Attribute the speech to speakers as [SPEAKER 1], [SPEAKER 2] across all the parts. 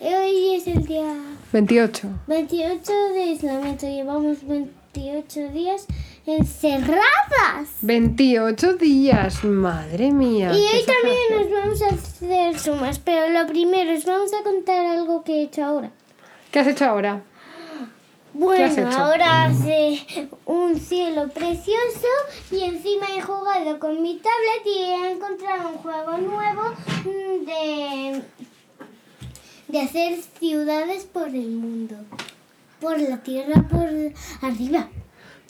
[SPEAKER 1] Hoy es el día
[SPEAKER 2] 28.
[SPEAKER 1] 28 de aislamiento. Llevamos 28 días encerradas.
[SPEAKER 2] 28 días, madre mía.
[SPEAKER 1] Y hoy
[SPEAKER 2] qué
[SPEAKER 1] también
[SPEAKER 2] exageración.
[SPEAKER 1] nos vamos a hacer sumas, pero lo primero os vamos a contar algo que he hecho ahora.
[SPEAKER 2] ¿Qué has hecho ahora? has
[SPEAKER 1] Bueno,
[SPEAKER 2] hecho?
[SPEAKER 1] ahora hace un cielo precioso y encima he jugado con mi tablet y he encontrado un juego nuevo mm, de, de hacer ciudades por el mundo. Por la tierra, por arriba.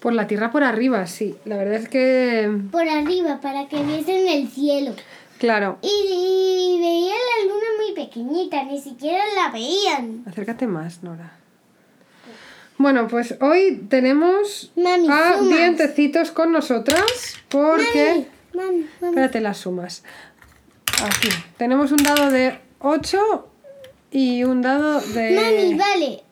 [SPEAKER 2] Por la tierra por arriba, sí. La verdad es que,
[SPEAKER 1] Por arriba, para que viesen el cielo.
[SPEAKER 2] claro,
[SPEAKER 1] Y, y veía la luna muy pequeñita, ni siquiera la veían.
[SPEAKER 2] acércate más, Nora. Bueno, pues hoy tenemos
[SPEAKER 1] Mami,
[SPEAKER 2] a
[SPEAKER 1] sumas.
[SPEAKER 2] dientecitos con nosotras porque...
[SPEAKER 1] Mami, mami, mami.
[SPEAKER 2] Espérate las sumas. Aquí. Tenemos un dado de 8 y un dado
[SPEAKER 1] Mami,
[SPEAKER 2] de,
[SPEAKER 1] vale.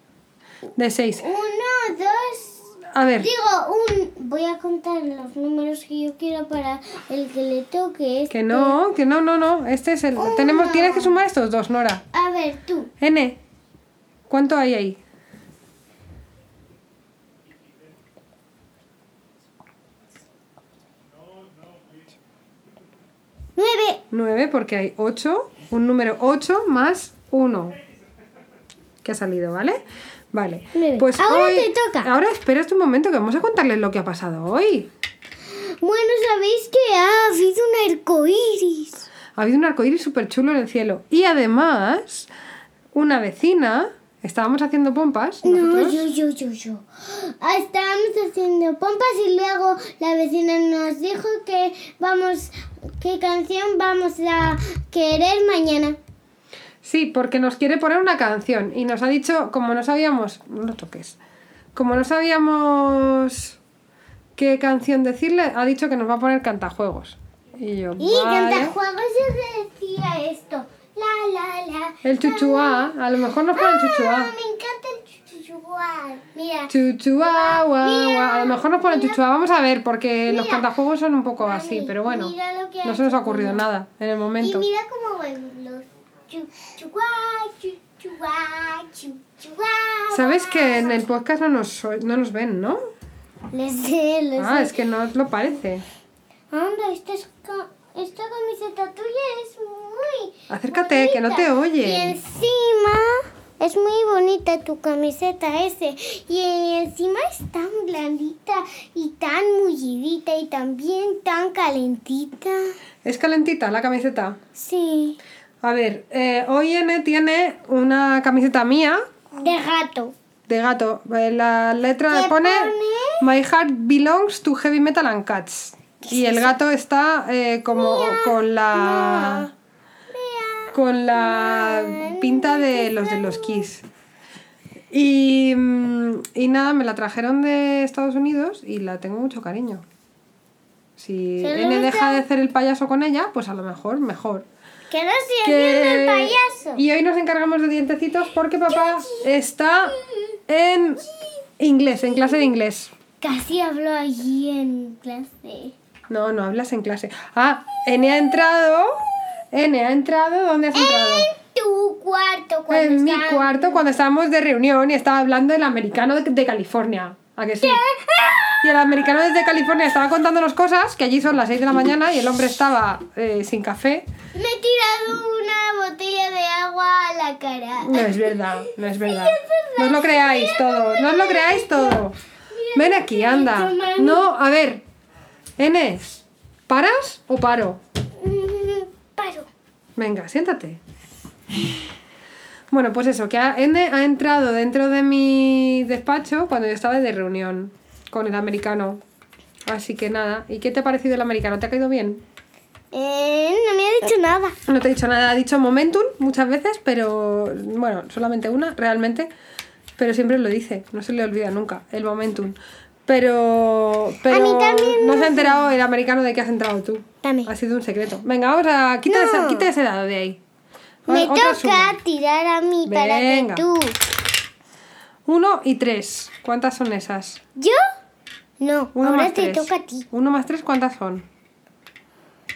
[SPEAKER 2] de 6.
[SPEAKER 1] Uno, dos,
[SPEAKER 2] A ver,
[SPEAKER 1] Digo, un... Voy a contar los números que yo quiero para el que le toque. este.
[SPEAKER 2] que no, que no, no, no. Este es el...
[SPEAKER 1] Oh,
[SPEAKER 2] Tenemos, tienes que sumar estos dos, Nora.
[SPEAKER 1] A ver, tú.
[SPEAKER 2] N, ¿cuánto hay ahí?
[SPEAKER 1] Nueve.
[SPEAKER 2] 9 porque hay 8, un número 8 más 1. Que ha salido, ¿vale? Vale.
[SPEAKER 1] Nueve.
[SPEAKER 2] Pues
[SPEAKER 1] Ahora
[SPEAKER 2] hoy-
[SPEAKER 1] te toca.
[SPEAKER 2] Ahora espera un momento que vamos a contarles lo que ha pasado hoy.
[SPEAKER 1] Bueno, ¿sabéis que ha habido un arcoíris?
[SPEAKER 2] Ha habido un arcoíris súper chulo en el cielo. Y además, una vecina, estábamos haciendo pompas,
[SPEAKER 1] No,
[SPEAKER 2] nosotros,
[SPEAKER 1] yo, yo, yo, yo. Ah, Estábamos haciendo pompas y luego la vecina nos dijo que vamos... ¿Qué canción vamos a querer mañana?
[SPEAKER 2] Sí, porque nos quiere poner una canción y nos ha dicho, como no sabíamos, no lo toques, como no sabíamos qué canción decirle, ha dicho que nos va a poner cantajuegos. Y yo,
[SPEAKER 1] Y
[SPEAKER 2] vale.
[SPEAKER 1] cantajuegos se decía esto. La, la, la.
[SPEAKER 2] El chuchuá, a lo mejor nos pone el chuchuá.
[SPEAKER 1] Ah, me encanta el chuchuá. Mira.
[SPEAKER 2] Chuchuá, guau,
[SPEAKER 1] Mira,
[SPEAKER 2] guau. A lo mejor nos pone el
[SPEAKER 1] mira.
[SPEAKER 2] chuchuá, vamos a ver, porque los
[SPEAKER 1] Mira.
[SPEAKER 2] cantajuegos son un poco
[SPEAKER 1] Mami,
[SPEAKER 2] así, pero bueno,
[SPEAKER 1] mira lo que
[SPEAKER 2] no
[SPEAKER 1] ha
[SPEAKER 2] se nos ha
[SPEAKER 1] hecho
[SPEAKER 2] ocurrido
[SPEAKER 1] mamá.
[SPEAKER 2] nada en el
[SPEAKER 1] y
[SPEAKER 2] momento.
[SPEAKER 1] mira cómo van los chuchuá, chuchuá, chuchuá.
[SPEAKER 2] ¿Sabes que en el podcast no nos, oy- no nos ven, no?
[SPEAKER 1] Les sé, les
[SPEAKER 2] Ah,
[SPEAKER 1] sé.
[SPEAKER 2] es que no os lo parece.
[SPEAKER 1] Hombre, esta, es ca- esta camiseta tuya es muy.
[SPEAKER 2] Acércate, que no te
[SPEAKER 1] bonita.
[SPEAKER 2] oyen.
[SPEAKER 1] Y encima. Es muy bonita tu camiseta ese. Y encima es tan blandita y tan mullidita y también tan calentita.
[SPEAKER 2] Es calentita la camiseta.
[SPEAKER 1] Sí.
[SPEAKER 2] A ver, eh, hoy N tiene una camiseta mía
[SPEAKER 1] De gato.
[SPEAKER 2] de gato. Eh, La letra
[SPEAKER 1] ¿Qué
[SPEAKER 2] pone,
[SPEAKER 1] pone?
[SPEAKER 2] My heart belongs to heavy metal and cats. Y el gato está eh, como con la
[SPEAKER 1] Vea.
[SPEAKER 2] con la pinta de los de los Kiss. Y, mm, y nada, me la trajeron de Estados Unidos y la tengo mucho cariño. Si
[SPEAKER 1] Se le
[SPEAKER 2] N deja
[SPEAKER 1] nota-
[SPEAKER 2] de hacer el payaso con ella, pues a lo mejor mejor.
[SPEAKER 1] Que no se
[SPEAKER 2] que-
[SPEAKER 1] entiende el payaso.
[SPEAKER 2] Y hoy nos encargamos de dientecitos porque papá está en inglés, en clase de inglés.
[SPEAKER 1] Casi habló allí en clase.
[SPEAKER 2] No, no hablas en clase. Ah, N ha entrado. N ha entrado. ¿Dónde has entrado?
[SPEAKER 1] Tu cuarto cuando
[SPEAKER 2] Ah. En mi
[SPEAKER 1] estaba-
[SPEAKER 2] cuarto cuando estábamos de reunión y estaba hablando el americano de, de California. ¿A que sí? Y el americano desde California estaba contándonos cosas, que allí son las 6 de la mañana y el hombre estaba eh, sin café.
[SPEAKER 1] Me he tirado una botella de agua a la cara.
[SPEAKER 2] No es verdad, no es verdad. No os lo creáis todo, no os lo creáis todo. Ven aquí, anda. No, a ver. N, ¿paras o paro?
[SPEAKER 1] Mm, Paro.
[SPEAKER 2] Venga, siéntate. Bueno, pues eso, que ha- N ha entrado dentro de mi despacho cuando yo estaba de reunión con el americano. Así que nada, ¿y qué te ha parecido el americano? ¿Te ha caído bien?
[SPEAKER 1] Eh, no me ha dicho nada.
[SPEAKER 2] No te he dicho nada, ha dicho momentum muchas veces, pero bueno, solamente una, realmente. Pero siempre lo dice, no se le olvida nunca el momentum. Pero, pero
[SPEAKER 1] mí también
[SPEAKER 2] no se
[SPEAKER 1] me-
[SPEAKER 2] ha enterado el americano de que has entrado tú.
[SPEAKER 1] Dame.
[SPEAKER 2] Ha sido un secreto. Venga, vamos a... Quita, ese,
[SPEAKER 1] No.
[SPEAKER 2] quita ese dado de ahí.
[SPEAKER 1] Me
[SPEAKER 2] Otra
[SPEAKER 1] toca
[SPEAKER 2] suma.
[SPEAKER 1] tirar a mí para que
[SPEAKER 2] Venga.
[SPEAKER 1] tú.
[SPEAKER 2] Uno y tres. ¿Cuántas son esas?
[SPEAKER 1] ¿Yo? No,
[SPEAKER 2] Uno
[SPEAKER 1] ahora
[SPEAKER 2] más
[SPEAKER 1] te
[SPEAKER 2] tres.
[SPEAKER 1] toca a ti.
[SPEAKER 2] Uno más tres, ¿cuántas son?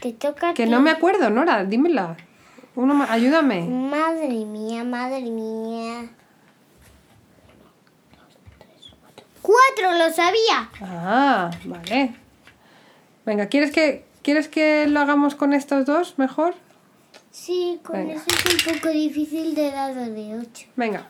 [SPEAKER 1] Te toca a
[SPEAKER 2] Que
[SPEAKER 1] ti.
[SPEAKER 2] no me acuerdo, Nora, dímela. Uno más, ayúdame.
[SPEAKER 1] Madre mía, Madre mía. Cuatro, lo sabía.
[SPEAKER 2] Ah, vale. Venga, ¿quieres que, ¿quieres que lo hagamos con estos dos mejor?
[SPEAKER 1] Sí, con
[SPEAKER 2] Venga.
[SPEAKER 1] eso es un poco difícil de dado de ocho.
[SPEAKER 2] Venga.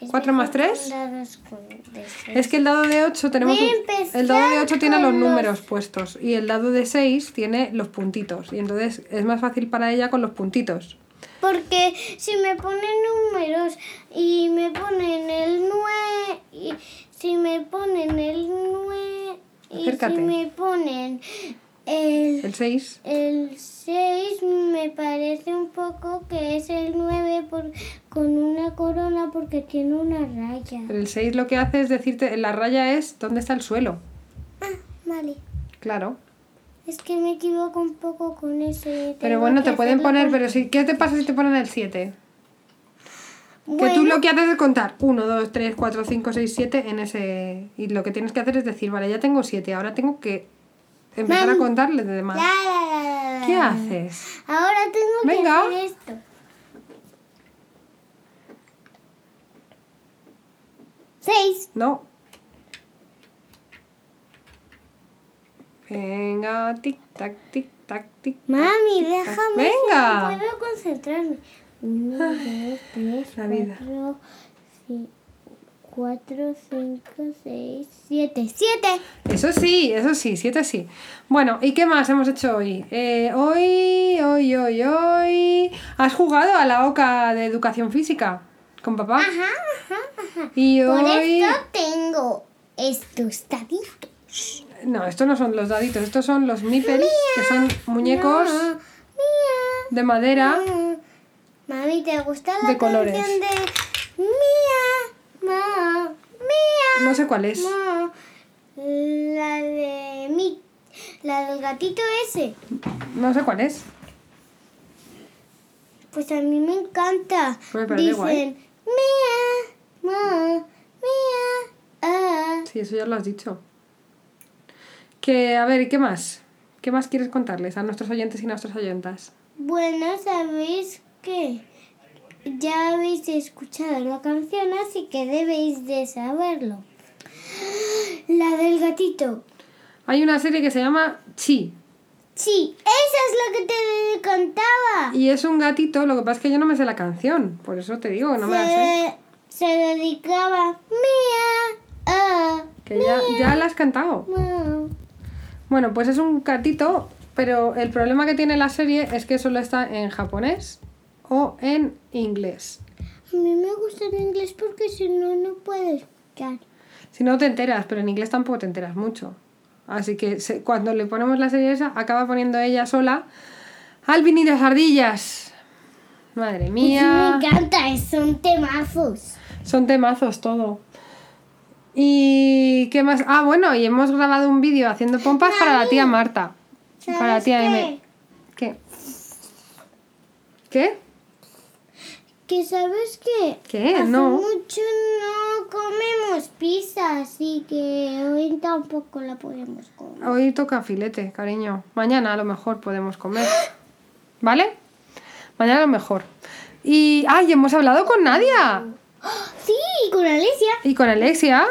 [SPEAKER 1] Es
[SPEAKER 2] ¿Cuatro más
[SPEAKER 1] mejor
[SPEAKER 2] tres?
[SPEAKER 1] con dados con- de seis.
[SPEAKER 2] Es que el dado de 8 tenemos...
[SPEAKER 1] Voy a
[SPEAKER 2] un-
[SPEAKER 1] empezar
[SPEAKER 2] El dado de 8 tiene los
[SPEAKER 1] con los-
[SPEAKER 2] números puestos y el dado de 6 tiene los puntitos. Y entonces es más fácil para ella con los puntitos.
[SPEAKER 1] Porque si me ponen números y me ponen el 9 y si me ponen el 9 y
[SPEAKER 2] Acércate.
[SPEAKER 1] si me ponen el
[SPEAKER 2] El 6...
[SPEAKER 1] el 6 me parece un poco que es el 9 por, con una corona porque tiene una raya.
[SPEAKER 2] El 6 lo que hace es decirte, la raya es dónde está el suelo.
[SPEAKER 1] Ah, vale.
[SPEAKER 2] Claro.
[SPEAKER 1] Es que me equivoco un poco con eso. y
[SPEAKER 2] Pero
[SPEAKER 1] tengo
[SPEAKER 2] bueno,
[SPEAKER 1] que
[SPEAKER 2] te pueden
[SPEAKER 1] hacerlo
[SPEAKER 2] poner,
[SPEAKER 1] con-
[SPEAKER 2] pero si, ¿qué te pasa si te ponen el 7? Que tú
[SPEAKER 1] Bueno,
[SPEAKER 2] lo que haces es contar 1, 2, 3, 4, 5, 6, 7 en ese... Y lo que tienes que hacer es decir, vale, ya tengo 7, ahora tengo que empezar
[SPEAKER 1] Mam.
[SPEAKER 2] a contarle de demás.
[SPEAKER 1] la, la, la, la,
[SPEAKER 2] ¿Qué
[SPEAKER 1] la.
[SPEAKER 2] haces?
[SPEAKER 1] Ahora tengo
[SPEAKER 2] Venga.
[SPEAKER 1] que hacer esto. Seis.
[SPEAKER 2] No. Venga, tic, tac, tic, tac, tic.
[SPEAKER 1] Mami, déjame.
[SPEAKER 2] Venga.
[SPEAKER 1] si no puedo concentrarme. Uno, dos, tres,
[SPEAKER 2] La vida.
[SPEAKER 1] cuatro, ci- cuatro, cinco, seis, siete. ¡Siete!
[SPEAKER 2] Eso sí, eso sí, siete sí. Bueno, ¿y qué más hemos hecho hoy? Eh, hoy, hoy, hoy, hoy. ¿Has jugado a la OCA de educación física con papá?
[SPEAKER 1] Ajá, ajá, ajá.
[SPEAKER 2] Y
[SPEAKER 1] Por
[SPEAKER 2] hoy.
[SPEAKER 1] esto tengo estos taditos.
[SPEAKER 2] No, estos no son los daditos, estos son los nipples, que son muñecos
[SPEAKER 1] No, mía.
[SPEAKER 2] de madera.
[SPEAKER 1] Mm. Mami, ¿te gusta la
[SPEAKER 2] De colores.
[SPEAKER 1] canción de Mía, ma, Mía,
[SPEAKER 2] No sé cuál es.
[SPEAKER 1] ma? La de mi, la del gatito ese.
[SPEAKER 2] No sé cuál es.
[SPEAKER 1] Pues a mí me encanta.
[SPEAKER 2] Pues Me parece
[SPEAKER 1] Dicen
[SPEAKER 2] guay.
[SPEAKER 1] Mía, ma, Mía, ah.
[SPEAKER 2] Sí, eso ya lo has dicho. Que, a ver, ¿y qué más? ¿Qué más quieres contarles a nuestros oyentes y nuestras oyentas?
[SPEAKER 1] Bueno, sabéis que ya habéis escuchado la canción, así que debéis de saberlo. La del gatito.
[SPEAKER 2] Hay una serie que se llama Chi,
[SPEAKER 1] Sí, esa es la que te contaba.
[SPEAKER 2] Y es un gatito, lo que pasa es que yo no me sé la canción, por eso te digo que no ¿eh? me la sé.
[SPEAKER 1] se, se dedicaba mía. ah,
[SPEAKER 2] Que ya, ya la has cantado.
[SPEAKER 1] ma.
[SPEAKER 2] Bueno, pues es un gatito, pero el problema que tiene la serie es que solo está en japonés o en inglés.
[SPEAKER 1] A mí me gusta el inglés porque si no, no puedo explicar.
[SPEAKER 2] Si no te enteras, pero en inglés tampoco te enteras mucho. Así que se- cuando le ponemos la serie esa, acaba poniendo ella sola Alvin y las ardillas. Madre
[SPEAKER 1] Sí,
[SPEAKER 2] mía.
[SPEAKER 1] me encanta, son temazos.
[SPEAKER 2] Son temazos todo. ¿Y qué más? Ah, bueno, y hemos grabado un vídeo haciendo pompas para la tía Marta.
[SPEAKER 1] ¿Sabes
[SPEAKER 2] Para la tía
[SPEAKER 1] qué?
[SPEAKER 2] M. ¿Qué? ¿Qué?
[SPEAKER 1] Que sabes que
[SPEAKER 2] ¿Qué?
[SPEAKER 1] hace
[SPEAKER 2] No.
[SPEAKER 1] mucho no comemos pizza, así que hoy tampoco la podemos comer.
[SPEAKER 2] Hoy toca filete, cariño. Mañana a lo mejor podemos comer. ¿Vale? Mañana a lo mejor. Y. ¡Ay! Hemos hablado con Nadia.
[SPEAKER 1] Sí, con Alicia.
[SPEAKER 2] Y con Alexia.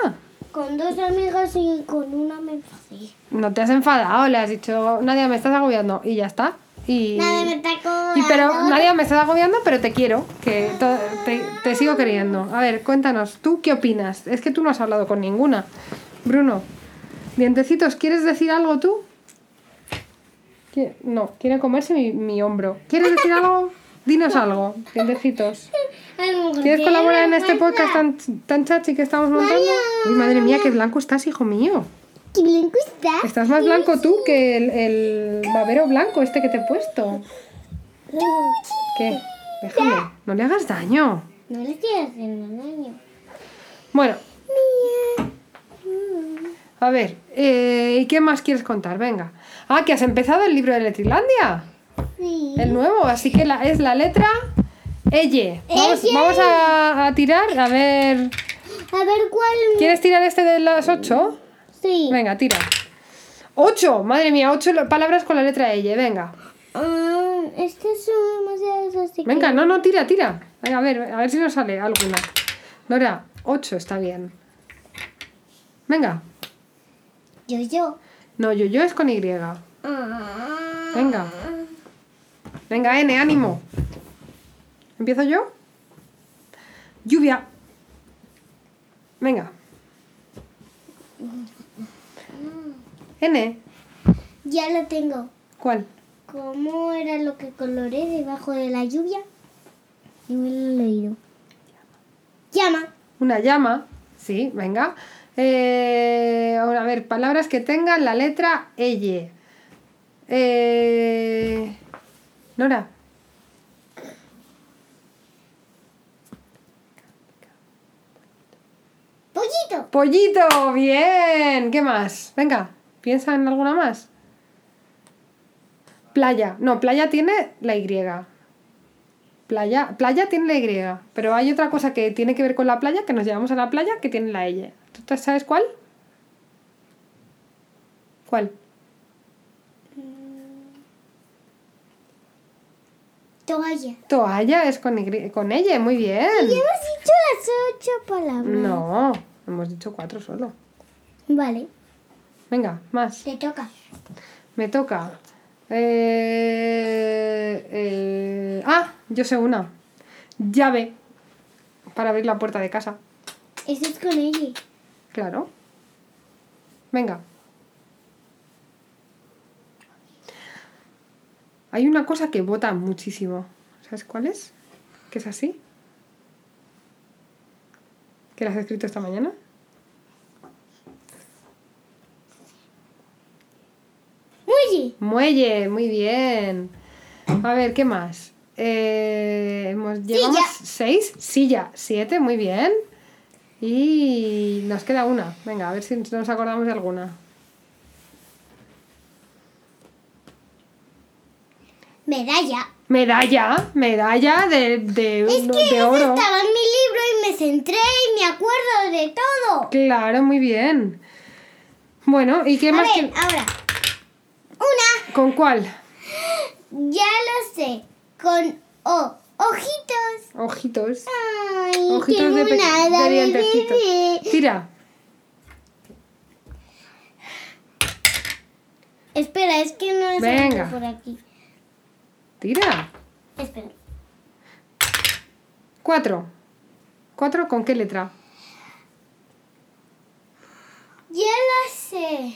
[SPEAKER 1] Con dos amigas y con una me enfadé.
[SPEAKER 2] No te has enfadado, le has dicho, Nadia, me estás agobiando. Y ya está. Y.
[SPEAKER 1] Nada, me está
[SPEAKER 2] Y pero
[SPEAKER 1] cobrando.
[SPEAKER 2] Nadia me estás agobiando, pero te quiero, que to- te, te sigo queriendo. A ver, cuéntanos, ¿tú qué opinas? Es que tú no has hablado con ninguna. Bruno, dientecitos, ¿quieres decir algo tú? ¿Qui- No, quiere comerse mi, mi hombro. ¿Quieres decir algo? Dinos algo, dientecitos.
[SPEAKER 1] Ay, me encontré
[SPEAKER 2] ¿Quieres colaborar en
[SPEAKER 1] una
[SPEAKER 2] este
[SPEAKER 1] bolsa.
[SPEAKER 2] podcast tan, tan chachi que estamos montando? Uy, madre mía, qué blanco estás, hijo mío.
[SPEAKER 1] ¿Qué le gusta?
[SPEAKER 2] Estás más blanco tú que el, el babero blanco este que te he puesto. ¿Qué? Déjame, no le hagas daño.
[SPEAKER 1] No le estoy haciendo daño.
[SPEAKER 2] Bueno,
[SPEAKER 1] Mía. Mm.
[SPEAKER 2] a ver, eh, ¿y qué más quieres contar? Venga. Ah, que has empezado el libro de Letrilandia,
[SPEAKER 1] Sí.
[SPEAKER 2] el nuevo, así que la, es la letra L. Vamos,
[SPEAKER 1] Elle.
[SPEAKER 2] vamos a, a tirar, a ver.
[SPEAKER 1] A ver cuál.
[SPEAKER 2] ¿Quieres tirar este de las ocho?
[SPEAKER 1] Sí.
[SPEAKER 2] Venga, tira. Ocho, madre mía, ocho lo- palabras con la letra L, venga.
[SPEAKER 1] Ah, estos son demasiados así que-
[SPEAKER 2] Venga, no, no, tira, tira. Venga, a ver, a ver si nos sale alguna. Nora, 8 está bien. Venga.
[SPEAKER 1] Yo, yo. Ah.
[SPEAKER 2] No, yo, yo es con Y. Venga. Venga, N, ánimo. ¿Empiezo yo? Lluvia. Venga. N,
[SPEAKER 1] Ya lo tengo.
[SPEAKER 2] ¿cuál?
[SPEAKER 1] ¿Cómo era lo que coloré debajo de la lluvia? No me lo he leído. Llama.
[SPEAKER 2] Una llama. Sí, venga. Eh, ahora, a ver, palabras que tengan la letra L. Eh, Nora.
[SPEAKER 1] Pollito.
[SPEAKER 2] Pollito, bien. ¿Qué más? Venga, piensa en alguna más. Playa. No, playa tiene la Y. Playa, playa tiene la Y, pero hay otra cosa que tiene que ver con la playa, que nos llevamos a la playa, que tiene la L. ¿Tú te sabes cuál? ¿Cuál?
[SPEAKER 1] Toalla.
[SPEAKER 2] Toalla es con, Y- con L, muy bien.
[SPEAKER 1] Hemos dicho las ocho palabras.
[SPEAKER 2] No, hemos dicho cuatro solo.
[SPEAKER 1] Vale.
[SPEAKER 2] Venga, más.
[SPEAKER 1] Te toca.
[SPEAKER 2] Me toca. Eh, eh, ah, yo sé una. Llave. Para abrir la puerta de casa.
[SPEAKER 1] Eso es con ella.
[SPEAKER 2] Claro. Venga. Hay una cosa que bota muchísimo. ¿Sabes cuál es? Que es así. ¿Que la has escrito esta mañana?
[SPEAKER 1] Muelle.
[SPEAKER 2] Muelle, muy bien. A ver, ¿qué más? Eh, hemos, llevamos seis, silla, siete, muy bien. Y nos queda una. Venga, a ver si nos acordamos de alguna.
[SPEAKER 1] Medalla.
[SPEAKER 2] Medalla, medalla de, de,
[SPEAKER 1] Es
[SPEAKER 2] uno-
[SPEAKER 1] que
[SPEAKER 2] de
[SPEAKER 1] eso
[SPEAKER 2] oro.
[SPEAKER 1] estaba en mi libro y me centré y me acuerdo de todo.
[SPEAKER 2] Claro, muy bien. Bueno, ¿y qué
[SPEAKER 1] A
[SPEAKER 2] más?
[SPEAKER 1] ver, ahora. Una,
[SPEAKER 2] que- ¿Con cuál?
[SPEAKER 1] ya lo sé. Con O. Ojitos.
[SPEAKER 2] Ojitos.
[SPEAKER 1] Ay,
[SPEAKER 2] Ojitos de,
[SPEAKER 1] qué
[SPEAKER 2] pe-
[SPEAKER 1] monada,
[SPEAKER 2] de
[SPEAKER 1] mi
[SPEAKER 2] dientecito.
[SPEAKER 1] bebé.
[SPEAKER 2] Tira.
[SPEAKER 1] Espera, es que no es
[SPEAKER 2] Venga.
[SPEAKER 1] por aquí.
[SPEAKER 2] Tira.
[SPEAKER 1] Espera.
[SPEAKER 2] Cuatro. ¿Cuatro con qué letra?
[SPEAKER 1] Ya lo sé.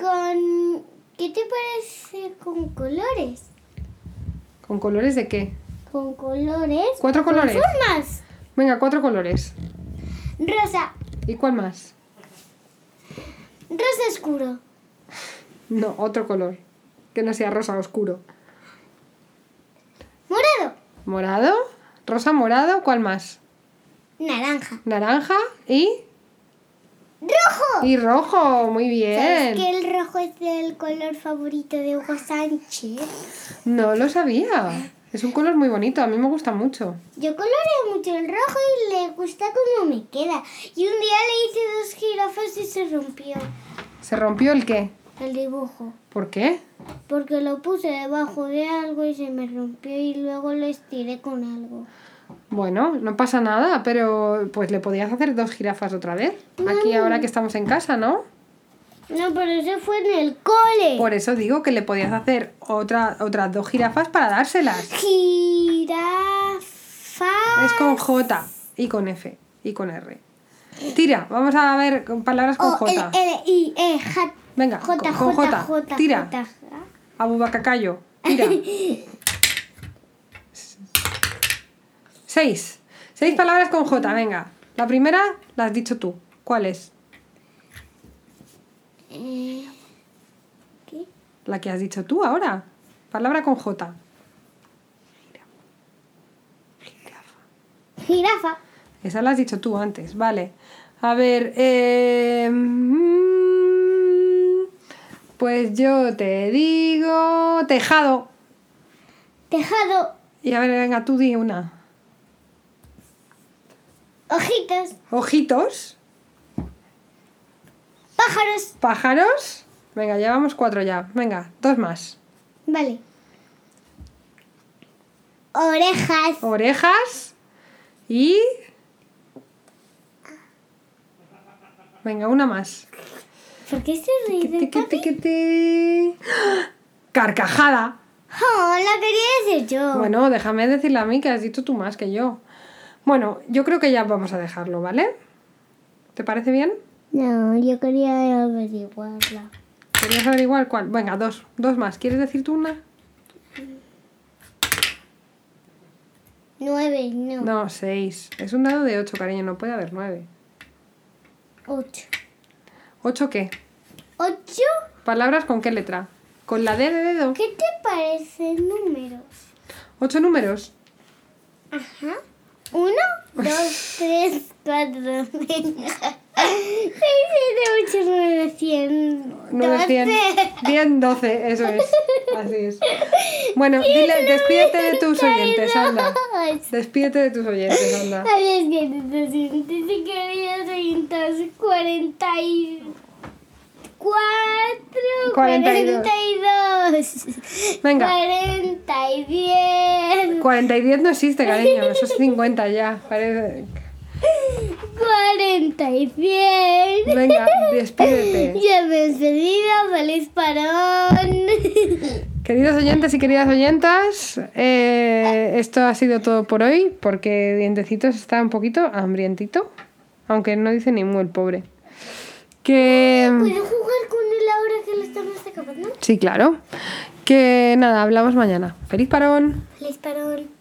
[SPEAKER 1] Con. ¿Qué te parece con colores?
[SPEAKER 2] ¿Con colores de qué?
[SPEAKER 1] Con colores.
[SPEAKER 2] Cuatro
[SPEAKER 1] con
[SPEAKER 2] colores.
[SPEAKER 1] Formas.
[SPEAKER 2] Venga, cuatro colores.
[SPEAKER 1] Rosa.
[SPEAKER 2] ¿Y cuál más?
[SPEAKER 1] Rosa oscuro.
[SPEAKER 2] No, otro color. Que no sea rosa oscuro.
[SPEAKER 1] Morado.
[SPEAKER 2] Morado, rosa morado, ¿cuál más?
[SPEAKER 1] Naranja.
[SPEAKER 2] Naranja y,
[SPEAKER 1] ¡Rojo!
[SPEAKER 2] y rojo, muy
[SPEAKER 1] ¿Sabes
[SPEAKER 2] bien.
[SPEAKER 1] que el rojo es el color favorito de Hugo Sánchez?
[SPEAKER 2] No lo sabía. Es un color muy bonito, a mí me gusta mucho.
[SPEAKER 1] Yo coloreo mucho el rojo y le gusta cómo me queda. Y un día le hice dos jirafas y se rompió
[SPEAKER 2] ¿Se rompió el qué?
[SPEAKER 1] el dibujo.
[SPEAKER 2] ¿Por qué?
[SPEAKER 1] Porque lo puse debajo de algo y se me rompió y luego lo estiré con algo.
[SPEAKER 2] Bueno, no pasa nada, pero pues le podías hacer dos jirafas otra vez. Aquí ahora que estamos en casa, ¿no?
[SPEAKER 1] No, pero eso fue en el cole.
[SPEAKER 2] Por eso digo que le podías hacer otra, otras dos jirafas para dárselas.
[SPEAKER 1] Jirafa.
[SPEAKER 2] Es con J y con F y con R. Tira, vamos a ver con palabras con
[SPEAKER 1] O, L,
[SPEAKER 2] J.
[SPEAKER 1] L, Oh, I, E, J.
[SPEAKER 2] Venga,
[SPEAKER 1] J,
[SPEAKER 2] con- con
[SPEAKER 1] J,
[SPEAKER 2] J.
[SPEAKER 1] J,
[SPEAKER 2] Tira.
[SPEAKER 1] J, Eh,
[SPEAKER 2] Abubacacayo. Tira. Seis. Seis palabras con J, venga. La primera la has dicho tú. ¿Cuál es?
[SPEAKER 1] Eh, ¿qué?
[SPEAKER 2] La que has dicho tú ahora. Palabra con J.
[SPEAKER 1] Jirafa.
[SPEAKER 2] Esa la has dicho tú antes, vale. A ver, eh, mm, pues yo te digo tejado.
[SPEAKER 1] Tejado.
[SPEAKER 2] Y a ver, venga, tú di una.
[SPEAKER 1] Hojitas.
[SPEAKER 2] Ojitos,
[SPEAKER 1] Pájaros.
[SPEAKER 2] pájaros. Venga, llevamos cuatro ya. Venga, dos más.
[SPEAKER 1] Vale. Orejas.
[SPEAKER 2] Oh. orejas y... Venga, una más.
[SPEAKER 1] ¿Por qué se ríe
[SPEAKER 2] Tiqui,
[SPEAKER 1] del
[SPEAKER 2] tiqui,
[SPEAKER 1] papi?
[SPEAKER 2] tiqui, ti. Carcajada.
[SPEAKER 1] Oh, la quería decir yo.
[SPEAKER 2] Bueno, déjame decirla a mí, que has dicho tú más que yo. Bueno, yo creo que ya vamos a dejarlo, ¿vale? ¿Te parece bien?
[SPEAKER 1] No, yo quería averiguarla.
[SPEAKER 2] ¿Querías averiguar cuál? Venga, dos, dos más. ¿Quieres decir tú una?
[SPEAKER 1] Nueve, no.
[SPEAKER 2] No, seis. Es un dado de ocho, cariño, no puede haber nueve.
[SPEAKER 1] Ocho.
[SPEAKER 2] ¿Ocho qué?
[SPEAKER 1] ¿Ocho?
[SPEAKER 2] ¿Palabras con qué letra? Con la D de dedo.
[SPEAKER 1] ¿Qué te parecen números?
[SPEAKER 2] ¿Ocho números?
[SPEAKER 1] Ajá. Uno, dos, tres, cuatro, cinco, seis, siete, ocho, nueve, cien,
[SPEAKER 2] Nueve, cien.
[SPEAKER 1] doce.
[SPEAKER 2] Bien, doce, eso es. Así es. Bueno, dile, despídete de tus oyentes, anda. Despídete de tus oyentes, anda.
[SPEAKER 1] Sabes que te sientes y querías entonces cuarenta y cuatro,
[SPEAKER 2] Cuarenta y dos.
[SPEAKER 1] cuarenta y dos,
[SPEAKER 2] Venga.
[SPEAKER 1] cuarenta y diez,
[SPEAKER 2] 40 y 10 no existe, cariño. Eso es 50 ya. Parece...
[SPEAKER 1] cuarenta y cien.
[SPEAKER 2] Venga, despídete.
[SPEAKER 1] Ya me he despedido, feliz parón.
[SPEAKER 2] Queridos oyentes y queridas oyentas, eh, esto ha sido todo por hoy porque Dientecitos está un poquito hambrientito, aunque no dice ni muy el pobre. Que...
[SPEAKER 1] ¿Puedo jugar con él ahora que lo estamos acabando?
[SPEAKER 2] Sí, claro. Que nada, hablamos mañana. ¡Feliz parón!
[SPEAKER 1] Feliz parón.